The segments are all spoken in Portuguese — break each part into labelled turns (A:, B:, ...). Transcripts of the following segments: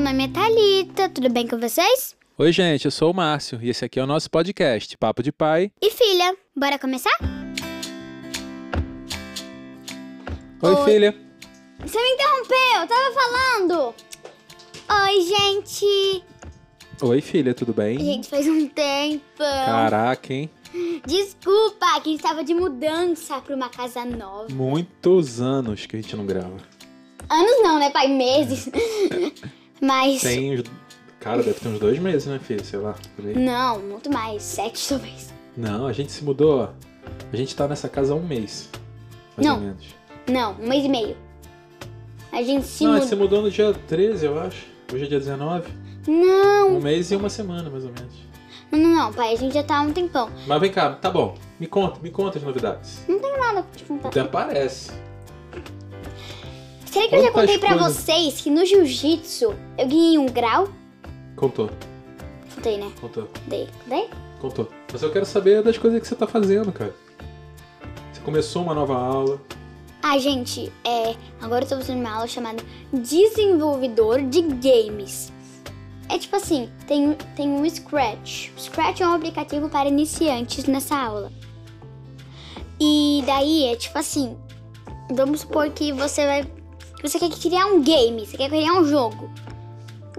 A: nome é Thalita, tudo bem com vocês?
B: Oi, gente, eu sou o Márcio e esse aqui é o nosso podcast Papo de Pai.
A: E filha, bora começar?
B: Oi,
A: Oi.
B: filha.
A: Você me interrompeu, eu tava falando! Oi, gente!
B: Oi, filha, tudo bem?
A: Gente, faz um tempo.
B: Caraca, hein?
A: Desculpa, que estava de mudança pra uma casa nova.
B: Muitos anos que a gente não grava.
A: Anos não, né, pai? Meses. Mas.
B: Tem uns. Cara, deve ter uns dois meses, né, filha? Sei lá. por aí.
A: Não, muito mais. Sete talvez.
B: Não, a gente se mudou. A gente tá nessa casa há um mês. Mais
A: Não.
B: ou menos.
A: Não, um mês e meio. A gente se
B: não, a gente se
A: mudou.
B: mudou no dia 13, eu acho. Hoje é dia 19.
A: Não,
B: Um mês e uma semana, mais ou menos.
A: não, não, não, pai, a gente já tá há um tempão.
B: Mas vem cá, tá bom. Me conta, me conta as novidades.
A: Então. Nada pra te contar.
B: Até parece.
A: Será que eu já
B: Quantas
A: contei pra
B: coisas-
A: vocês que no jiu-jitsu eu ganhei um grau?
B: Contou,
A: Contei, né?
B: contou.
A: Contei. Contei?
B: Contou. Mas eu quero saber das coisas que você tá fazendo, cara. Você começou uma nova aula.
A: Ah, gente, é, agora eu tô fazendo uma aula chamada Desenvolvedor de Games. É tipo assim, tem, tem um Scratch. O Scratch é um aplicativo para iniciantes nessa aula. E daí é tipo assim, vamos supor que você vai. Você quer criar um game, você quer criar um jogo.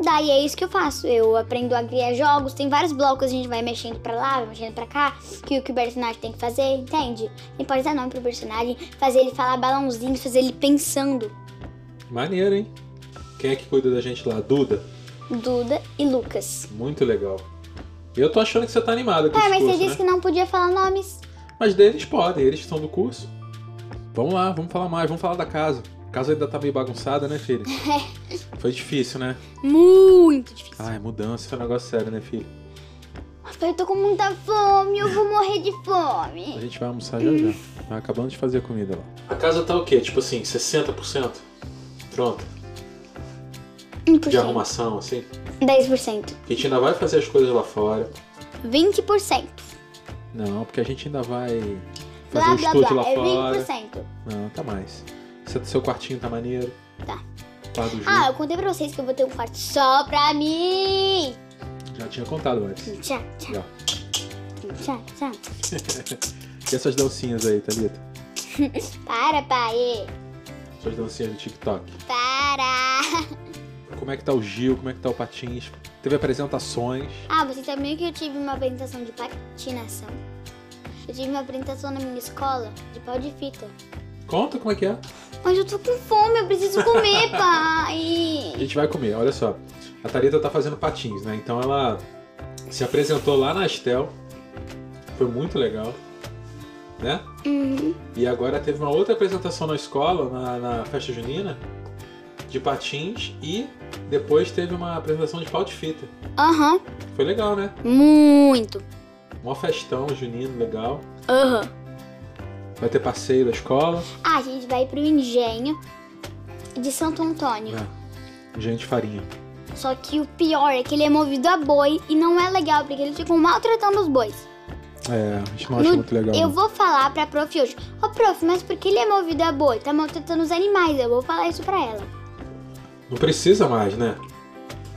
A: Daí é isso que eu faço. Eu aprendo a criar jogos, tem vários blocos, a gente vai mexendo pra lá, vai mexendo pra cá, que o que o personagem tem que fazer, entende? E pode dar nome pro personagem, fazer ele falar balãozinho, fazer ele pensando.
B: Maneiro, hein? Quem é que cuida da gente lá? Duda?
A: Duda e Lucas.
B: Muito legal. Eu tô achando que você tá animada com
A: Ah,
B: esse
A: mas você
B: curso,
A: disse
B: né?
A: que não podia falar nomes.
B: Mas deles podem, eles estão do curso. Vamos lá, vamos falar mais, vamos falar da casa. A casa ainda tá meio bagunçada, né, filho? Foi difícil, né?
A: Muito difícil.
B: Ai, mudança é um negócio sério, né, filho?
A: Pai, eu tô com muita fome, eu vou morrer de
B: A
A: fome.
B: gente vai almoçar já já. Tá acabando de fazer a comida lá. A casa tá o quê? Tipo assim, 60%? Pronta.
A: 1%,
B: De arrumação, assim?
A: 10%,
B: A gente ainda vai fazer as coisas lá fora.
A: 20%.
B: Não, porque a gente ainda vai fazer o
A: Blá, blá,
B: estúdio
A: blá.
B: lá
A: É
B: fora.
A: 20%.
B: Não, tá mais. Seu- Seu quartinho tá maneiro.
A: Tá.
B: Quadro junto.
A: Ah, eu contei pra vocês que eu vou ter um quarto só pra mim.
B: Já tinha contado antes.
A: Tchau, tchau,
B: Já.
A: tchau, tchau.
B: E essas dancinhas aí, Thalita?
A: Para, pai.
B: Suas dancinhas do TikTok.
A: Para.
B: Como é que tá o Gil? Como é que tá o Patins? Teve apresentações.
A: Ah, vocês sabiam que eu tive uma apresentação de patinação? Eu tive uma apresentação na minha escola de pau de fita.
B: Conta como é que é.
A: Mas eu tô com fome, eu preciso comer,
B: A
A: pai.
B: gente vai comer, olha só. A Thalita tá fazendo patins, né? Então ela se apresentou lá na Astel. Foi muito legal. Né?
A: Uhum.
B: E agora teve uma outra apresentação na escola, na, na festa junina, de patins e depois teve uma apresentação de pau de fita.
A: Aham,
B: Foi legal, né?
A: muito.
B: Mó festão junino, legal.
A: Aham.
B: Vai ter passeio da escola.
A: Ah, a gente vai pro engenho de Santo Antônio.
B: É. Gente farinha.
A: Só que o pior é que ele é movido a boi e não é legal, porque eles ficam maltratando os bois.
B: É, a gente não acha
A: No-
B: muito legal. né?
A: Eu
B: não.
A: vou falar pra prof hoje. Ô, prof, mas por que ele é movido a boi? Tá maltratando os animais. Eu vou falar isso pra ela.
B: Não precisa mais, né?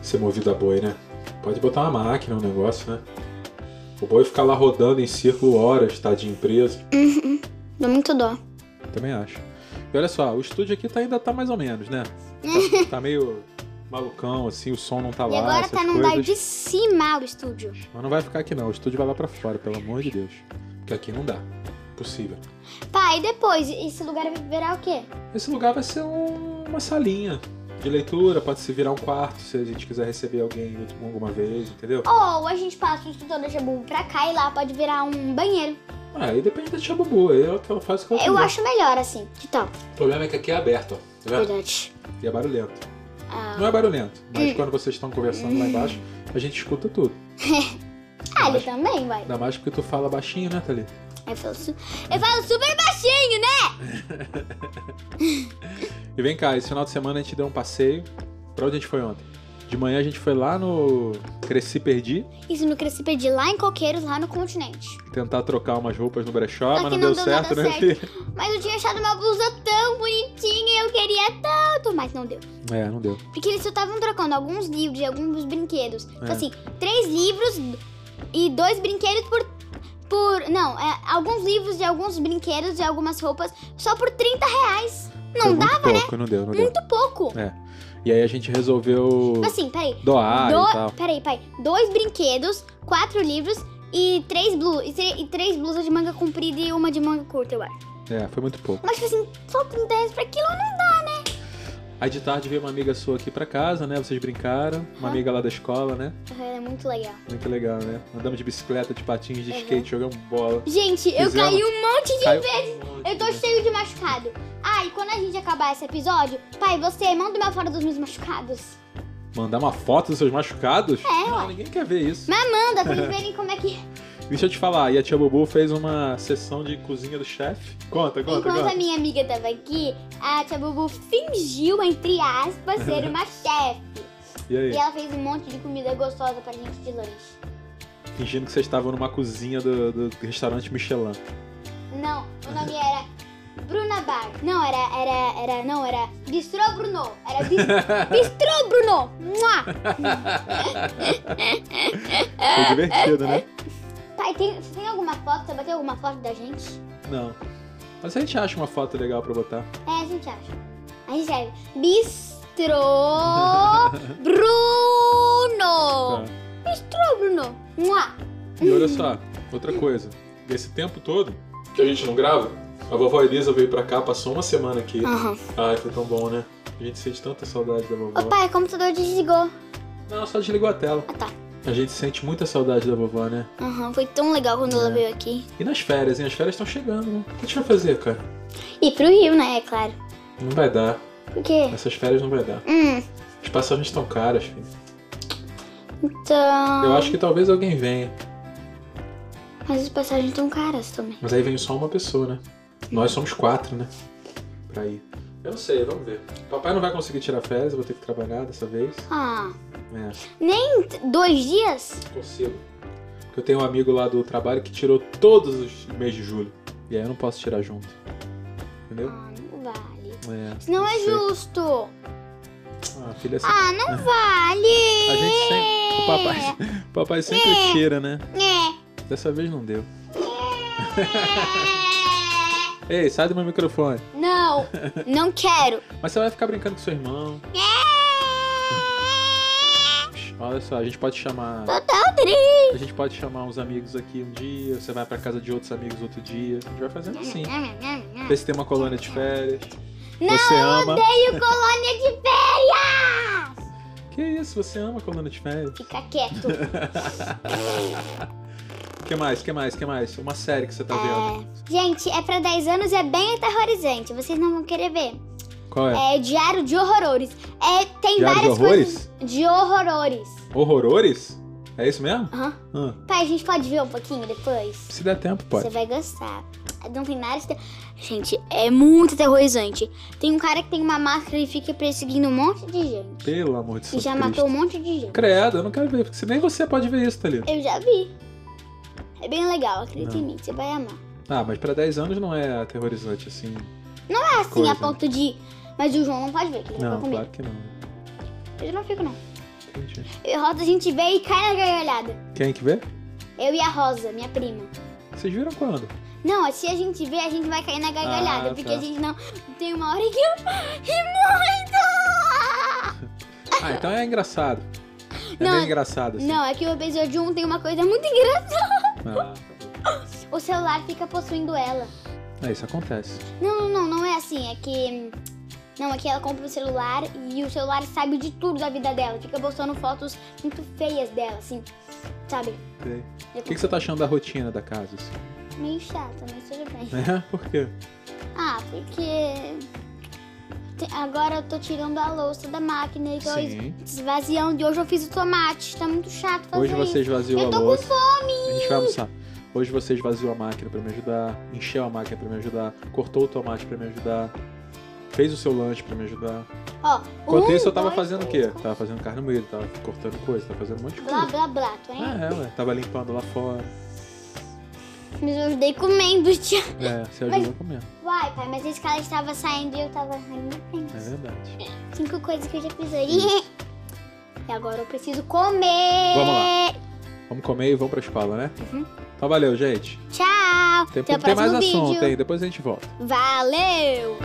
B: Ser movido a boi, né? Pode botar uma máquina, um negócio, né? O boi ficar lá rodando em círculo horas, tadinho preso.
A: Dá muito dó.
B: Também acho. E olha só, o estúdio aqui tá, ainda tá mais ou menos, né? Tá, tá meio malucão, assim, o som não tá
A: E
B: lá.
A: agora
B: essas
A: tá num
B: coisas.
A: andar de cima o estúdio.
B: Mas não vai ficar aqui não, o estúdio vai lá pra fora, pelo amor de Deus. Porque aqui não dá. Possível.
A: Pai, e depois, esse lugar vai virar o quê?
B: Esse lugar vai ser um- uma salinha de leitura, pode se virar um quarto se a gente quiser receber alguém alguma vez, entendeu?
A: Ou a gente passa o instrutor da Jabu pra cá e lá pode virar um banheiro.
B: Ah, aí depende da tia Bubu, aí ela ela faz o que ela
A: Eu
B: quiser.
A: acho melhor assim. Que tal?
B: O problema é que aqui é aberto, ó. Tá vendo?
A: Verdade.
B: E é barulhento.
A: Ah,
B: Não é barulhento, mas quando vocês estão conversando lá embaixo, a gente escuta tudo.
A: ah, ele também vai.
B: Ainda mais porque tu fala baixinho, né, Thalita?
A: Eu falo, su- eu falo super baixinho, né?
B: E vem cá, esse final de semana a gente deu um passeio. Pra onde a gente foi ontem? De manhã a gente foi lá no Cresci Perdi
A: Isso no Cresci Pedi, lá em Coqueiros, lá no continente.
B: tentar trocar umas roupas no brechó,
A: Só
B: mas
A: É que
B: não,
A: não
B: deu,
A: deu nada
B: certo, né,
A: certo.
B: filho?
A: Mas eu tinha achado uma blusa tão bonitinha e eu queria tanto, mas não deu.
B: É, não deu.
A: Porque eles só estavam trocando alguns livros e alguns brinquedos. Então,
B: É.
A: assim, três livros e dois brinquedos por. por não, é, alguns livros e alguns brinquedos e algumas roupas só por 30 reais.
B: Foi
A: Não né? Hum? dá?
B: muito pouco, não deu, não deu.
A: Muito pouco.
B: É. E aí a gente resolveu
A: Assim, peraí.
B: doar
A: Do-
B: e tal.
A: Peraí, pai. Dois brinquedos, quatro livros e três, blu, e, tre- e três blusas de manga comprida e uma de manga curta, eu acho.
B: É, foi muito pouco.
A: Mas, tipo assim, só 30 reais pra aquilo não
B: Aí de tarde veio uma amiga sua aqui pra casa, né? Vocês brincaram. Uma
A: Aham.
B: amiga lá da escola, né?
A: dá. É muito legal.
B: Muito legal, né? Andamos de bicicleta, de patins, de
A: Aham.
B: skate, jogamos bola.
A: Gente, eu
B: Fizemos.
A: caí um monte de
B: Caiu
A: vezes.
B: um monte,
A: Eu tô
B: né?
A: cheio de machucado. Ah, e quando a gente acabar esse episódio, pai, você manda uma foto dos meus machucados.
B: Mandar uma foto dos seus machucados?
A: É,
B: Não,
A: ué.
B: ninguém quer ver isso.
A: Mas manda pra eles verem como é que.
B: Deixa eu te falar, e a tia Bubu fez uma sessão de cozinha do chefe. Conta, conta,
A: Enquanto
B: conta.
A: a minha amiga tava aqui, a tia Bubu fingiu, entre aspas, ser uma chefe.
B: E aí?
A: E ela fez um monte de comida gostosa pra gente de lanche.
B: Fingindo que vocês estavam numa cozinha do, do restaurante Michelin.
A: Não, o nome era Bruna Bar. Não, era, era, era, não, era Bistrô Bruno. Era bis, Bistrô Bruno. Mua! É,
B: Foi divertido, né?
A: Pai, tem, você tem alguma foto? Você bateu alguma foto da gente?
B: Não. Mas a gente acha uma foto legal pra botar.
A: É, a gente acha. A gente escreve Bistrô Bruno.
B: Tá.
A: Bistrô Bruno. Mua.
B: E olha só, outra coisa. Esse tempo todo que a gente não grava, a vovó Elisa veio pra cá, passou uma semana aqui.
A: Ah.
B: Ai, foi tão bom, né? A gente sente tanta saudade da
A: Ô
B: vovó.
A: pai, o computador desligou.
B: Não, só desligou a tela.
A: Ah tá.
B: A gente sente muita saudade da vovó, né?
A: Aham, foi tão legal quando ela
B: É.
A: veio aqui.
B: E nas férias, hein? As férias estão chegando, né? O que a gente vai fazer, cara?
A: E pro Rio, né? É claro.
B: Não vai dar.
A: Por quê?
B: Essas férias não vai dar.
A: Hum,
B: As passagens estão caras, filho.
A: então.
B: Eu acho que talvez alguém venha.
A: Mas as passagens estão caras também.
B: Mas aí vem só uma pessoa, né? Nós somos quatro, né? Pra ir. Eu não sei, vamos ver. Papai não vai conseguir tirar férias, eu vou ter que trabalhar dessa vez.
A: Ah,
B: É,
A: nem t- dois dias?
B: consigo. Porque eu tenho um amigo lá do trabalho que tirou todos os meses de julho. E aí eu não posso tirar junto. Entendeu?
A: Ah, não vale.
B: É.
A: Isso não é
B: sei.
A: justo.
B: Ah, filha, assim.
A: Ah, não vale.
B: A gente sempre. O papai, o papai sempre tira, né?
A: É.
B: Dessa vez não deu. Ei, sai do meu microfone.
A: É. Não, não quero.
B: Mas você vai ficar brincando com seu irmão.
A: É.
B: Olha só, a gente pode chamar.
A: Total triste.
B: A gente pode chamar uns amigos aqui um dia, você vai pra casa de outros amigos outro dia. A gente vai fazendo assim. Vê se tem uma colônia de férias.
A: É. Não,
B: você ama.
A: odeio colônia de férias.
B: Que isso, você ama colônia de férias.
A: Fica quieto.
B: Que mais, que mais, que mais? Uma série que você tá vendo.
A: Gente, é pra 10 anos e é bem aterrorizante. Vocês não vão querer ver.
B: Qual é?
A: É Diário de Horrores. É, tem
B: Diário de
A: várias
B: Horrores?
A: coisas de horrores.
B: Horrores? É isso mesmo?
A: Aham.
B: Ah,
A: Pai, a gente pode ver um pouquinho depois?
B: se der tempo,
A: Você
B: pode.
A: vai gostar. Não tem nada de... ter- Gente, é muito aterrorizante. Tem um cara que tem uma máscara e fica perseguindo um monte de gente.
B: Pelo amor de
A: E
B: Deus.
A: já matou um monte de gente.
B: Credo, eu não quero ver, porque se nem você pode ver isso, Thalita.
A: Eu já vi. É bem legal, acredita em
B: Não.
A: mim, você vai amar.
B: Ah, mas pra 10 anos não é aterrorizante assim.
A: Ah, assim,
B: Coisa. né?
A: a ponto de. Mas o João não pode ver, que ele
B: Não,
A: ficou com medo.
B: claro que não.
A: Eu não fico, não.
B: Entendi.
A: Eu e a Rosa, a gente vê e cai na gargalhada.
B: Quem que vê?
A: Eu e a Rosa, minha prima.
B: Vocês viram quando?
A: Não, se a gente vê, a gente vai cair na gargalhada.
B: Ah,
A: porque
B: tá.
A: a gente não. Tem uma hora que eu ri muito!
B: Ah, então é engraçado. É
A: Não,
B: bem engraçado, assim.
A: Não, é que o episódio 1 tem uma coisa muito engraçada.
B: Ah,
A: O celular fica possuindo ela.
B: é, isso acontece.
A: Não, não, não, não é assim. É que. Não, é que ela compra o celular e o celular sabe de tudo da vida dela. Fica postando fotos muito feias dela, assim. Sabe?
B: Sei.
A: Eu
B: O que, que você tá achando da rotina da casa, assim?
A: tô meio chata, mas tudo bem.
B: É, por quê?
A: Ah, porque. te- Agora eu tô tirando a louça da máquina e tô
B: Sim.
A: esvaziando. E hoje eu fiz o tomate. Tá muito chato fazer
B: Hoje você
A: isso.
B: esvaziou
A: Eu
B: a
A: tô com
B: louça.
A: fome!
B: A gente vai almoçar. Hoje você esvaziou a máquina pra me ajudar, encheu a máquina pra me ajudar, cortou o tomate pra me ajudar, fez o seu lanche pra me ajudar.
A: Ó,
B: Enquanto
A: um,
B: isso, eu tava
A: dois,
B: fazendo o
A: três,
B: quê?
A: quatro,
B: Tava fazendo carne moída, tava cortando coisa, tava fazendo um monte de
A: Blá,
B: coisa.
A: blá, blá, tu é?
B: É, ué. Tava limpando lá fora.
A: Mas eu ajudei comendo, tia.
B: É, você ajudou comendo.
A: Uai, pai, mas a escala estava saindo e eu tava saindo.
B: É verdade.
A: Cinco coisas que eu já fiz hoje. E agora eu preciso comer.
B: Vamos lá. Vamos comer e vamos pra escola, né?
A: É. Uhum.
B: Então valeu, gente.
A: Tchau.
B: Tem,
A: Até um o
B: tem mais
A: próximo
B: assunto
A: vídeo.
B: aí, depois a gente volta.
A: Valeu.